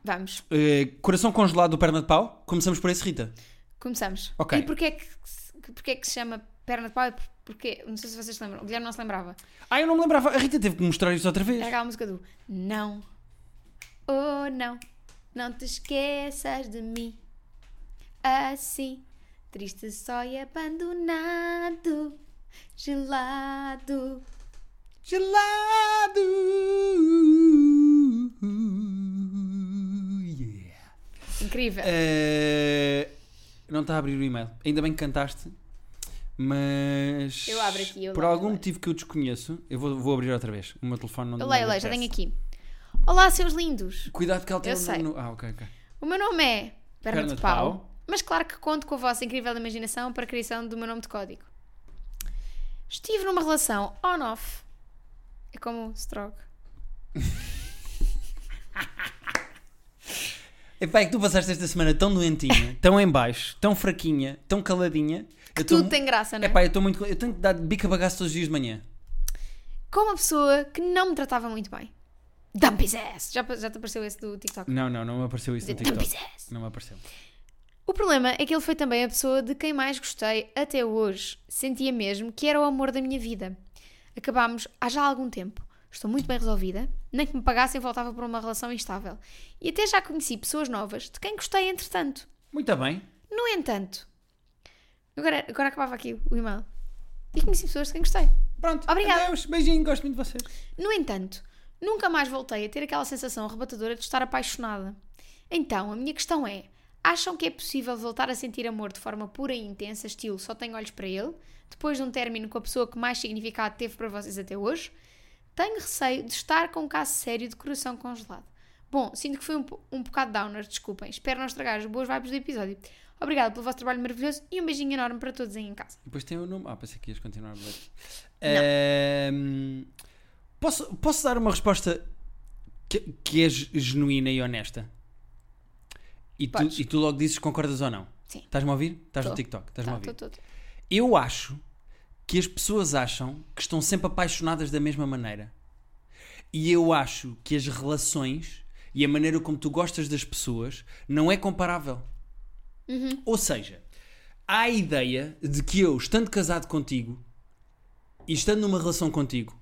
Speaker 1: Vamos,
Speaker 2: Eh, coração congelado do perna de pau? Começamos por esse, Rita.
Speaker 1: começamos.
Speaker 2: Ok.
Speaker 1: E porquê é que, se- porquê é que se chama perna de pau? e por- Porquê? Não sei se vocês se lembram. O Guilherme não se lembrava.
Speaker 2: Ah, eu não me lembrava. A Rita teve que mostrar isso outra vez.
Speaker 1: Era aquela música do Não, oh não, não te esqueças de mim. Assim, triste só e abandonado, gelado.
Speaker 2: Gelado! Yeah.
Speaker 1: Incrível.
Speaker 2: É Eh, não está a abrir o e-mail. Ainda bem que cantaste, mas.
Speaker 1: Eu abro aqui, eu
Speaker 2: Por
Speaker 1: leio, eu
Speaker 2: algum
Speaker 1: leio.
Speaker 2: motivo que eu desconheço, eu vou, vou abrir outra vez. O meu telefone não
Speaker 1: Eu
Speaker 2: não
Speaker 1: leio, leio, já
Speaker 2: aparece.
Speaker 1: tenho aqui. Olá, seus lindos.
Speaker 2: Cuidado que ela tem
Speaker 1: Eu
Speaker 2: um
Speaker 1: sei.
Speaker 2: no- Ah, ok, ok.
Speaker 1: O meu nome é Perna,
Speaker 2: Perna
Speaker 1: de,
Speaker 2: de
Speaker 1: pau,
Speaker 2: Pau.
Speaker 1: mas claro que conto com a vossa incrível imaginação para a criação do meu nome de código. Estive numa relação on-off É como Strog.
Speaker 2: Epá, é que tu passaste esta semana tão doentinha, tão em baixo, tão fraquinha, tão caladinha. Eu tô
Speaker 1: Tudo
Speaker 2: mu-
Speaker 1: tem graça, não é?
Speaker 2: Epá, eu estou muito. Eu tenho que dar bica bagaço todos os dias de manhã.
Speaker 1: Com uma pessoa que não me tratava muito bem. Dump his ass! Já, já te apareceu esse do TikTok?
Speaker 2: Não, não, não me apareceu isso no
Speaker 1: Dizer, Dump
Speaker 2: Hum, TikTok.
Speaker 1: his ass!
Speaker 2: Não me apareceu.
Speaker 1: O problema é que ele foi também a pessoa de quem mais gostei até hoje. Sentia mesmo que era o amor da minha vida. Acabámos há já algum tempo. Estou muito bem resolvida. Nem que me pagassem, voltava para uma relação instável. E até já conheci pessoas novas de quem gostei entretanto.
Speaker 2: Muito bem.
Speaker 1: No entanto, agora, agora acabava aqui o e-mail. E conheci pessoas de quem gostei.
Speaker 2: Pronto.
Speaker 1: Obrigada.
Speaker 2: Adeus. Beijinho, gosto muito de vocês.
Speaker 1: No entanto, nunca mais voltei a ter aquela sensação arrebatadora de estar apaixonada. Então, a minha questão é: acham que é possível voltar a sentir amor de forma pura e intensa, estilo só tenho olhos para ele, depois de um término com a pessoa que mais significado teve para vocês até hoje? Tenho receio de estar com um caso sério de coração congelado. Bom, sinto que foi um, po- um bocado downer, desculpem. Espero não estragar as boas vibes do episódio. Obrigada pelo vosso trabalho maravilhoso e um beijinho enorme para todos aí em casa.
Speaker 2: Depois tem o nome. Ah, pensei que ias continuar a ler. Ehm, posso, posso dar uma resposta que, que é ge- genuína e honesta? E tu,
Speaker 1: Podes.
Speaker 2: e tu logo dizes se concordas ou não?
Speaker 1: Sim.
Speaker 2: Estás-me a ouvir? Estás no
Speaker 1: Tô.
Speaker 2: TikTok? Estás-me a
Speaker 1: Tá,
Speaker 2: ouvir?
Speaker 1: tô, tô, tô.
Speaker 2: Eu acho que as pessoas acham que estão sempre apaixonadas da mesma maneira. E eu acho que as relações e a maneira como tu gostas das pessoas não é comparável.
Speaker 1: Uhum.
Speaker 2: Ou seja, há a ideia de que eu, estando casado contigo e estando numa relação contigo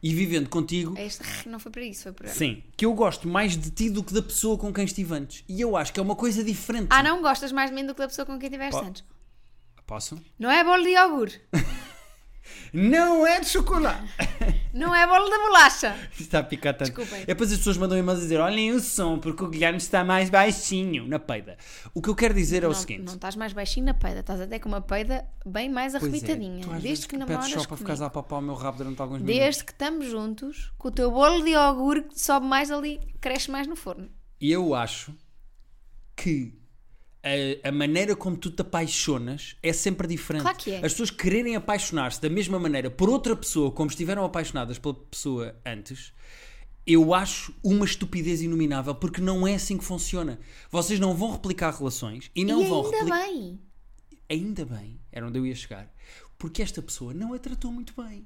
Speaker 2: e vivendo contigo,
Speaker 1: Este não foi para isso, foi para.
Speaker 2: sim, que eu gosto mais de ti do que da pessoa com quem estive antes. E eu acho que é uma coisa diferente.
Speaker 1: Ah, não gostas mais de mim do que da pessoa com quem tiveste
Speaker 2: Pá.
Speaker 1: antes.
Speaker 2: Posso?
Speaker 1: Não é bolo de iogurte.
Speaker 2: Não é de chocolate!
Speaker 1: Não é bolo da bolacha.
Speaker 2: Isto Está a picar tanto.
Speaker 1: Desculpem.
Speaker 2: É depois as pessoas mandam e-mails a dizer: olhem o som, porque o Guilherme está mais baixinho na peida. O que eu quero dizer é o
Speaker 1: não,
Speaker 2: seguinte:
Speaker 1: não estás mais baixinho na peida, estás até com uma peida bem mais
Speaker 2: Pois é,
Speaker 1: arrebitadinha.
Speaker 2: tu às vezes
Speaker 1: desde que
Speaker 2: pedes
Speaker 1: namoras
Speaker 2: só para
Speaker 1: comigo,
Speaker 2: ficares a papar o meu rabo durante alguns minutos.
Speaker 1: desde que estamos juntos, que o teu bolo de iogurte sobe mais ali, cresce mais no forno.
Speaker 2: E eu acho que a, a maneira como tu te apaixonas é sempre diferente.
Speaker 1: Claro que é.
Speaker 2: As pessoas quererem apaixonar-se da mesma maneira por outra pessoa como estiveram apaixonadas pela pessoa antes. Eu acho uma estupidez inominável porque não é assim que funciona. Vocês não vão replicar relações e não
Speaker 1: e
Speaker 2: vão
Speaker 1: ainda
Speaker 2: replicar.
Speaker 1: bem.
Speaker 2: ainda bem, era onde eu ia chegar, porque esta pessoa não a tratou muito bem.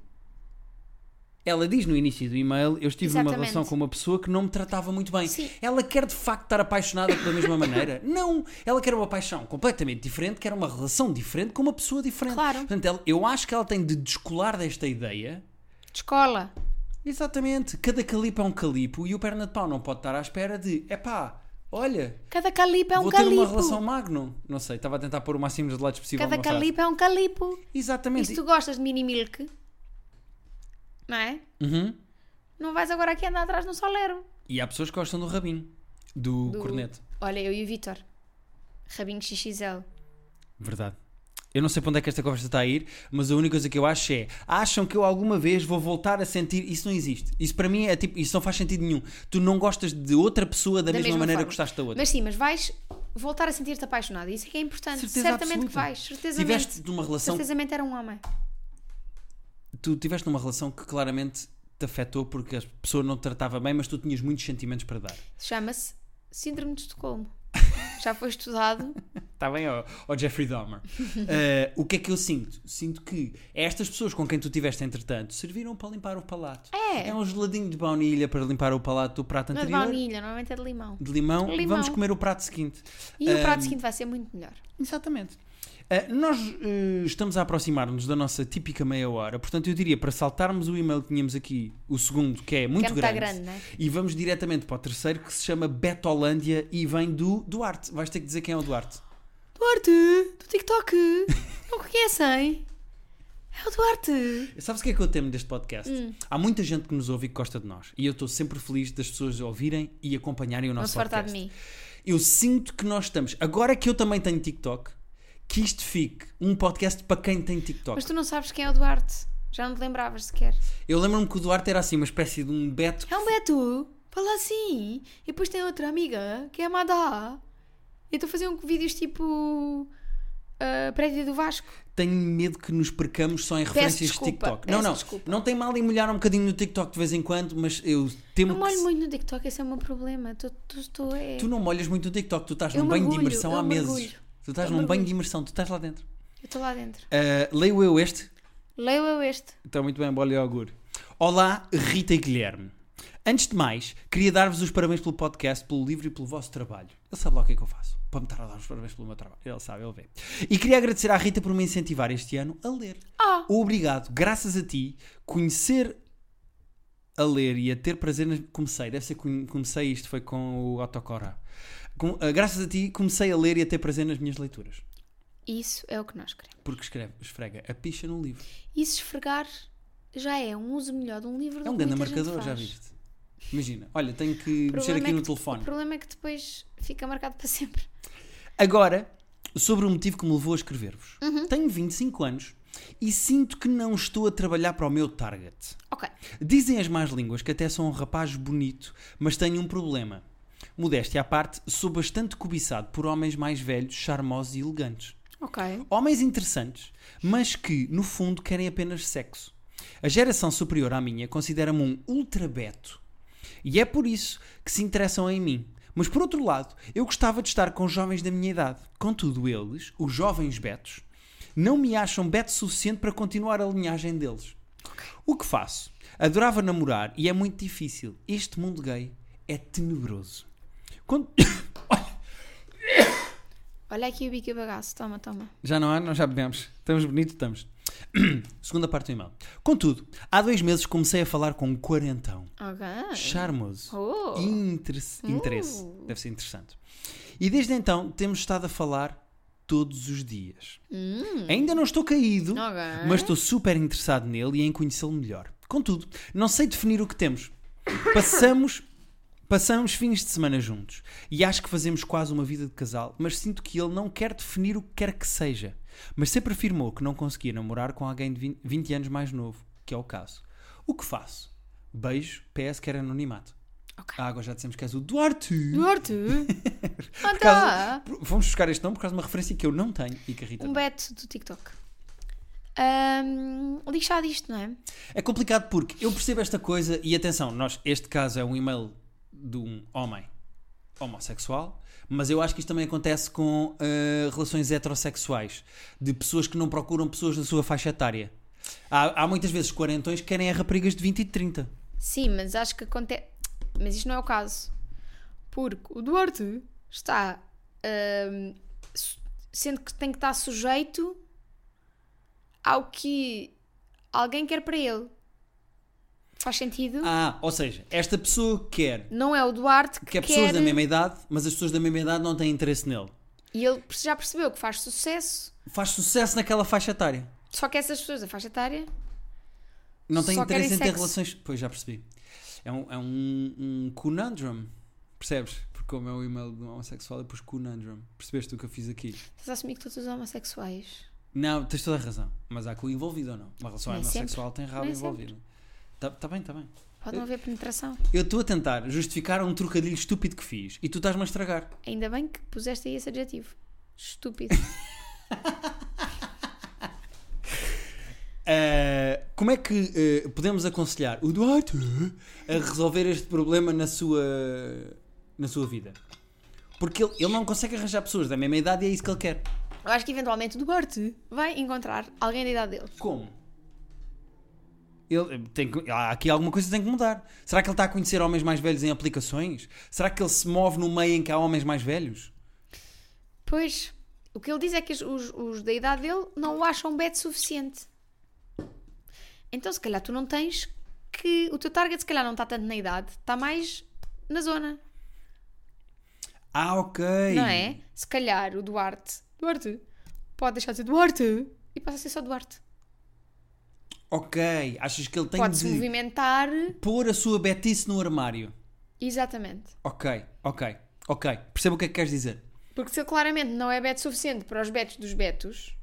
Speaker 2: Ela diz no início do e-mail: Eu estive numa
Speaker 1: Exatamente.
Speaker 2: relação com uma pessoa que não me tratava muito bem.
Speaker 1: Sim.
Speaker 2: Ela quer de facto estar apaixonada da mesma maneira? Não! Ela quer uma paixão completamente diferente, quer uma relação diferente com uma pessoa diferente.
Speaker 1: Claro.
Speaker 2: Portanto, ela- eu acho que ela tem de descolar desta ideia.
Speaker 1: De escola.
Speaker 2: Exatamente, cada calipo é um calipo e o perna de pau não pode estar à espera de: Epá, olha,
Speaker 1: Cada calipo é um
Speaker 2: vou ter uma relação
Speaker 1: calipo.
Speaker 2: magno. Não sei, estava a tentar pôr o máximo de lados possível.
Speaker 1: Cada
Speaker 2: numa frase.
Speaker 1: calipo é um calipo. E
Speaker 2: Exatamente.
Speaker 1: se tu gostas de mini milk, não é?
Speaker 2: Uhum.
Speaker 1: Não vais agora aqui andar atrás de um solero.
Speaker 2: E há pessoas que gostam do rabinho, do,
Speaker 1: Do-
Speaker 2: corneto.
Speaker 1: Olha, eu e o Vitor. Rabinho XXL.
Speaker 2: Verdade. Eu não sei para onde é que esta conversa está a ir, mas a única coisa que eu acho é: acham que eu alguma vez vou voltar a sentir. Isso não existe. Isso para mim é tipo. Isso não faz sentido nenhum. Tu não gostas de outra pessoa da, mesma, maneira
Speaker 1: forma.
Speaker 2: que gostaste da outra.
Speaker 1: Mas sim, mas vais voltar a sentir-te apaixonado. Isso é que é importante.
Speaker 2: Certeza
Speaker 1: Certamente
Speaker 2: absoluta.
Speaker 1: que vais. Certezamente.
Speaker 2: Tiveste numa relação.
Speaker 1: Certezamente era um homem.
Speaker 2: Tu tiveste numa relação que claramente te afetou porque a pessoa não te tratava bem, mas tu tinhas muitos sentimentos para dar.
Speaker 1: Chama-se Síndrome de Estocolmo. Já foi estudado.
Speaker 2: Está Tá bem, ó, ó Jeffrey Dahmer. Eh, o que é que eu sinto? Sinto que estas pessoas com quem tu tiveste entretanto serviram para limpar o palato.
Speaker 1: É.
Speaker 2: um geladinho de baunilha para limpar o palato do prato
Speaker 1: Não é de
Speaker 2: anterior.
Speaker 1: baunilha, normalmente é de limão.
Speaker 2: De limão.
Speaker 1: Limão.
Speaker 2: Vamos comer o prato seguinte.
Speaker 1: E o prato
Speaker 2: Ahm,
Speaker 1: seguinte vai ser muito melhor.
Speaker 2: Exatamente. Eh, nós eh, estamos a aproximar-nos da nossa típica meia hora, portanto eu diria para saltarmos o e-mail que tínhamos aqui, o segundo, que é muito,
Speaker 1: muito
Speaker 2: grande,
Speaker 1: grande, né?
Speaker 2: e vamos diretamente para o terceiro que se chama Betolândia e vem do Duarte. Vais ter que dizer quem é o Duarte.
Speaker 1: Duarte, do TikTok. Não conhecem? É o Duarte.
Speaker 2: Sabes o que é que eu temo deste podcast?
Speaker 1: Hum.
Speaker 2: Há muita gente que nos ouve e que gosta de nós. E eu estou sempre feliz das pessoas ouvirem e acompanharem o
Speaker 1: Não
Speaker 2: nosso
Speaker 1: se fartar de
Speaker 2: podcast.
Speaker 1: mim.
Speaker 2: Eu sinto que nós estamos. Agora que eu também tenho TikTok, que isto fique um podcast para quem tem TikTok.
Speaker 1: Mas tu não sabes quem é o Duarte. Já não te lembravas sequer.
Speaker 2: Eu lembro-me que o Duarte era assim, uma espécie de um Beto.
Speaker 1: É um Beto, fala assim. E depois tem outra amiga que é a Madá. Eu estou a fazer um vídeos tipo. ah, prédio do Vasco.
Speaker 2: Tenho medo que nos percamos só em referências de
Speaker 1: desculpa,
Speaker 2: TikTok.
Speaker 1: peço
Speaker 2: não, não.
Speaker 1: desculpa.
Speaker 2: Não tem mal em molhar um bocadinho no TikTok de vez em quando, mas eu temo
Speaker 1: Não
Speaker 2: que.
Speaker 1: molho
Speaker 2: se-
Speaker 1: muito no TikTok, esse é o meu problema. Estou, estou, é...
Speaker 2: Tu não molhas muito no TikTok, tu estás
Speaker 1: Eu
Speaker 2: num banho de
Speaker 1: mergulho,
Speaker 2: imersão
Speaker 1: eu
Speaker 2: há meses.
Speaker 1: mergulho.
Speaker 2: Tu estás
Speaker 1: Eu
Speaker 2: num banho
Speaker 1: mergulho.
Speaker 2: de imersão, tu estás lá dentro.
Speaker 1: Eu estou lá dentro.
Speaker 2: Ah, leio eu este.
Speaker 1: Leio eu este.
Speaker 2: Está Então, muito bem, bola e augúrio. Olá, Rita e Guilherme. Antes de mais, queria dar-vos os parabéns pelo podcast, pelo livro e pelo vosso trabalho. Ele sabe lá o que é que eu faço. Para me estar a dar os parabéns pelo meu trabalho. Ele sabe, ele vê. E queria agradecer à Rita por me incentivar este ano a ler.
Speaker 1: Ah!
Speaker 2: Obrigado, graças a ti, conhecer a ler e a ter prazer nas... comecei, deve ser que comecei isto, foi com o Autocora. Com- ah, graças a ti, comecei a ler e a ter prazer nas minhas leituras.
Speaker 1: Isso é o que nós queremos.
Speaker 2: Porque escreve, esfrega a picha num livro.
Speaker 1: E se esfregar já é um uso melhor de um livro do
Speaker 2: É um
Speaker 1: que
Speaker 2: grande
Speaker 1: muita gente
Speaker 2: marcador, já
Speaker 1: faz.
Speaker 2: viste? Imagina, olha, tenho que
Speaker 1: O
Speaker 2: mexer
Speaker 1: problema
Speaker 2: aqui
Speaker 1: é
Speaker 2: no
Speaker 1: que-
Speaker 2: telefone.
Speaker 1: O problema é que depois fica marcado para sempre.
Speaker 2: Agora, sobre o motivo que me levou a escrever-vos.
Speaker 1: Uhum.
Speaker 2: Tenho 25 anos e sinto que não estou a trabalhar para o meu target.
Speaker 1: Ok.
Speaker 2: Dizem as más línguas que até sou um rapaz bonito, mas tenho um problema. Modéstia à parte, sou bastante cobiçado por homens mais velhos, charmosos e elegantes.
Speaker 1: Ok.
Speaker 2: Homens interessantes, mas que, no fundo, querem apenas sexo. A geração superior à minha considera-me um ultrabeto. E é por isso que se interessam em mim. Mas por outro lado, eu gostava de estar com jovens da minha idade. Contudo, eles, os jovens betos, não me acham beto suficiente para continuar a linhagem deles. O que faço? Adorava namorar e é muito difícil. Este mundo gay é tenebroso. Quando-
Speaker 1: Olha aqui o bico bagaço. Toma, toma.
Speaker 2: Já não há, nós já bebemos. Estamos bonitos, estamos. Segunda parte do e-mail. Contudo, há dois meses comecei a falar com um quarentão.
Speaker 1: Ok.
Speaker 2: Charmoso.
Speaker 1: Oh.
Speaker 2: Interesse. interesse.
Speaker 1: Uh.
Speaker 2: Deve ser interessante. E desde então temos estado a falar todos os dias. Ainda não estou caído,
Speaker 1: Hum. Ok.
Speaker 2: mas estou super interessado nele e em conhecê-lo melhor. Contudo, não sei definir o que temos. Passamos. Passamos fins de semana juntos e acho que fazemos quase uma vida de casal, mas sinto que ele não quer definir o que quer que seja. Mas sempre afirmou que não conseguia namorar com alguém de 20 20 anos mais novo, que é o caso. O que faço? Beijo, PS quer anonimato.
Speaker 1: Ok.
Speaker 2: Ah, agora já dissemos que és o Duarte.
Speaker 1: Duarte! Ah,
Speaker 2: Por causa-
Speaker 1: tá.
Speaker 2: por- Vamos buscar este nome por causa de uma referência que eu não tenho e que a Rita
Speaker 1: Um
Speaker 2: tem.
Speaker 1: beto do TikTok. Ahm, lixado isto, não é?
Speaker 2: É complicado porque eu percebo esta coisa e atenção, nós, este caso é um e-mail de um homem homossexual, mas eu acho que isto também acontece com eh, relações heterossexuais, de pessoas que não procuram pessoas da sua faixa etária. Há, há muitas vezes quarentões que querem a raparigas de 20 e 30.
Speaker 1: Sim, mas acho que acontece. Mas isto não é o caso. Porque o Duarte está. ahm, su- sendo que tem que estar sujeito ao que alguém quer para ele. Faz sentido?
Speaker 2: Ah, ou seja, esta pessoa quer
Speaker 1: Não é o Duarte que,
Speaker 2: que há pessoas
Speaker 1: quer.
Speaker 2: da mesma idade, mas as pessoas da mesma idade não têm interesse nele.
Speaker 1: E ele já percebeu que faz sucesso.
Speaker 2: Faz sucesso naquela faixa etária.
Speaker 1: Só que essas pessoas da faixa etária.
Speaker 2: Não tem
Speaker 1: Só querem
Speaker 2: interesse em ter
Speaker 1: sexo.
Speaker 2: relações. Pois já percebi. É um, é um, um conundrum. Percebes? Porque como é o e-mail de um homossexual, eu pus conundrum. Percebeste o que eu fiz aqui?
Speaker 1: Estás a assumir que todos os homossexuais.
Speaker 2: Não, tens toda a razão. Mas há cu envolvido ou não? Uma relação
Speaker 1: Nem
Speaker 2: homossexual tem rabo
Speaker 1: Nem
Speaker 2: envolvido. Está tá bem, está bem.
Speaker 1: Pode não haver penetração.
Speaker 2: Eu estou a tentar justificar um trocadilho estúpido que fiz e tu estás-me a estragar.
Speaker 1: Ainda bem que puseste aí esse adjetivo. Estúpido.
Speaker 2: Ah, como é que ah, podemos aconselhar o Duarte a resolver este problema na sua, na sua vida? Porque ele, ele não consegue arranjar pessoas da mesma idade e é isso que ele quer.
Speaker 1: Eu acho que eventualmente o Duarte vai encontrar alguém da idade dele.
Speaker 2: Como? Ele, eh, tem que- há aqui alguma coisa que tem que mudar. Será que ele está a conhecer homens mais velhos em aplicações? Será que ele se move no meio em que há homens mais velhos?
Speaker 1: Pois, o que ele diz é que os, os- os da idade dele não o acham bet suficiente. Então, se calhar, tu não tens que. O teu target, se calhar, não está tanto na idade, está mais na zona,
Speaker 2: Ah, ok.
Speaker 1: não é? Se calhar, o Duarte. Duarte. Pode deixar de ser Duarte e passa a ser só Duarte.
Speaker 2: Ok. Achas que ele tem
Speaker 1: Pode-se
Speaker 2: de
Speaker 1: movimentar.
Speaker 2: pôr a sua betice no armário?
Speaker 1: Exatamente.
Speaker 2: Ok, ok, ok. Percebo o que é que queres dizer.
Speaker 1: Porque se ele claramente não é bet suficiente para os betos dos betos,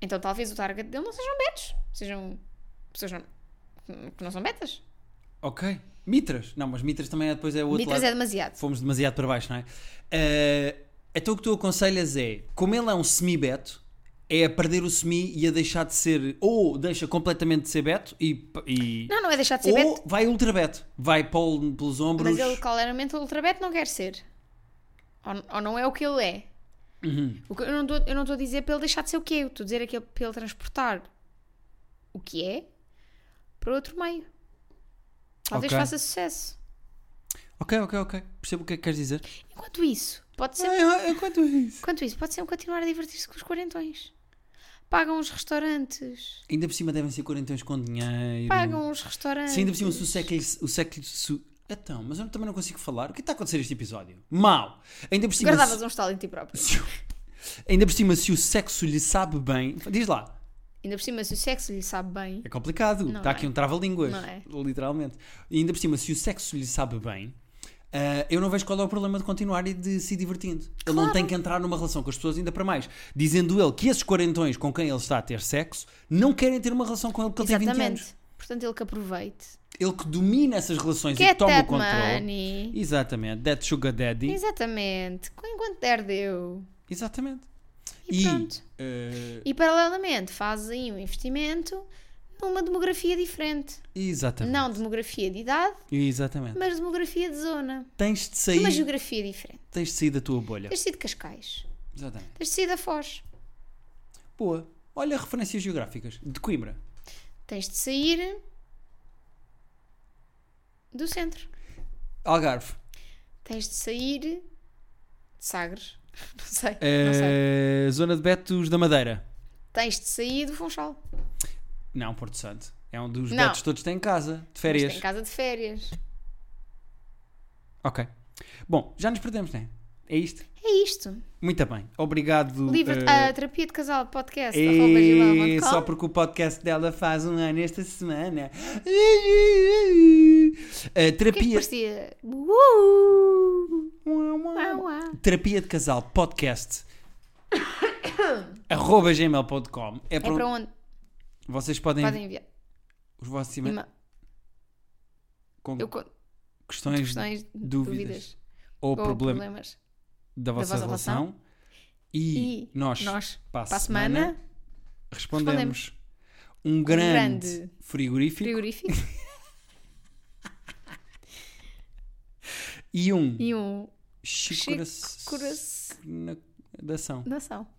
Speaker 1: então talvez o target dele não sejam betos. Sejam pessoas não- que não são betas.
Speaker 2: Ok. Mitras. Não, mas Mitras também é depois é o outro
Speaker 1: Mitras
Speaker 2: lado.
Speaker 1: é demasiado.
Speaker 2: Fomos demasiado para baixo, não é? Eh, Então o que tu aconselhas é, como ele é um semi-beto, é a perder o semi e a deixar de ser, ou deixa completamente de ser beto e... e-
Speaker 1: Não, não é deixar de ser
Speaker 2: ou
Speaker 1: beto,
Speaker 2: vai ultra-beto, vai polo pelos ombros.
Speaker 1: mas ele claramente ultrabeto não quer ser. Ou, ou não é o que ele é.
Speaker 2: Uhum.
Speaker 1: O que- eu não tô- eu não estou a dizer para ele deixar de ser o que é, eu estou a dizer é que ele- para ele transportar o que é para outro meio. Talvez
Speaker 2: Ok.
Speaker 1: faça sucesso.
Speaker 2: Ok, ok, ok. Percebo o que é que queres dizer.
Speaker 1: Enquanto isso, pode ser
Speaker 2: Ah, Enquanto isso.
Speaker 1: Enquanto isso, pode ser um continuar a divertir-se com os quarentões. Pagam os restaurantes.
Speaker 2: Ainda por cima devem ser quarentões com dinheiro.
Speaker 1: Pagam os restaurantes.
Speaker 2: Se ainda por cima se o século. O século se... Então, mas eu também não consigo falar. O que está a acontecer este episódio? Mal! Ainda por cima.
Speaker 1: Guardavas
Speaker 2: Se,
Speaker 1: um estalo em ti próprio.
Speaker 2: ainda por cima, se o sexo lhe sabe bem. Diz lá.
Speaker 1: Ainda por cima, se o sexo lhe sabe bem.
Speaker 2: É complicado.
Speaker 1: Não
Speaker 2: está
Speaker 1: é.
Speaker 2: aqui um trava-línguas.
Speaker 1: Não é.
Speaker 2: Literalmente. E ainda por cima, se o sexo lhe sabe bem. ah, eu não vejo qual é o problema de continuar e de se divertindo. Ele não
Speaker 1: Claro.
Speaker 2: tem que entrar numa relação com as pessoas, ainda para mais. Dizendo ele que esses quarentões com quem ele está a ter sexo não querem ter uma relação com ele porque ele tem 20 anos.
Speaker 1: Exatamente. Portanto, ele que aproveite.
Speaker 2: Ele que domina essas relações e
Speaker 1: Get
Speaker 2: que toma o
Speaker 1: that
Speaker 2: controle.
Speaker 1: é money.
Speaker 2: Exatamente, That Sugar Daddy.
Speaker 1: Exatamente. Com- Enquanto der, deu.
Speaker 2: Exatamente.
Speaker 1: E, pronto.
Speaker 2: eh,
Speaker 1: E paralelamente, faz aí um investimento numa demografia diferente.
Speaker 2: exatamente.
Speaker 1: Não demografia de idade,
Speaker 2: Exatamente.
Speaker 1: mas demografia de zona.
Speaker 2: Tens de
Speaker 1: Uma
Speaker 2: sair,
Speaker 1: geografia diferente.
Speaker 2: tens de sair da tua bolha.
Speaker 1: Tens sido Cascais.
Speaker 2: Exatamente.
Speaker 1: Tens sido a Foz.
Speaker 2: Boa. Olha referências geográficas de Coimbra.
Speaker 1: Tens de sair do centro.
Speaker 2: Algarve.
Speaker 1: Tens de sair de Sagres. Não sei, não sei.
Speaker 2: Eh, zona de Betos da Madeira.
Speaker 1: Tens de sair do Funchal.
Speaker 2: Não, Porto Santo. É um dos
Speaker 1: Não.
Speaker 2: Betos todos que tem em casa, de
Speaker 1: Mas
Speaker 2: férias.
Speaker 1: Tem casa de férias.
Speaker 2: Ok. Bom, já nos perdemos, não é? É isto.
Speaker 1: É isto.
Speaker 2: Muito bem. Obrigado.
Speaker 1: Livre
Speaker 2: eh,
Speaker 1: a terapia de casal podcast. arroba
Speaker 2: E
Speaker 1: gmail.com.
Speaker 2: só porque o podcast dela faz um ano esta semana. Uh,
Speaker 1: O que é que
Speaker 2: terapia.
Speaker 1: parecia? Uh, uá, uá.
Speaker 2: Terapia de Casal Podcast. arroba gmail.com. É
Speaker 1: É para
Speaker 2: para onde
Speaker 1: onde
Speaker 2: vocês podem,
Speaker 1: podem enviar.
Speaker 2: os vossos e
Speaker 1: Ima-
Speaker 2: com
Speaker 1: Eu conto
Speaker 2: questões,
Speaker 1: questões,
Speaker 2: dúvidas,
Speaker 1: dúvidas,
Speaker 2: ou,
Speaker 1: ou
Speaker 2: problema
Speaker 1: problemas.
Speaker 2: da vossa
Speaker 1: vossa
Speaker 2: relação. E,
Speaker 1: E
Speaker 2: nós,
Speaker 1: nós,
Speaker 2: para a
Speaker 1: Para a
Speaker 2: semana,
Speaker 1: semana,
Speaker 2: respondemos, um grande,
Speaker 1: grande
Speaker 2: frigorífico
Speaker 1: frigorífico
Speaker 2: e um
Speaker 1: e um
Speaker 2: chicura
Speaker 1: coração.
Speaker 2: dação.
Speaker 1: Nação.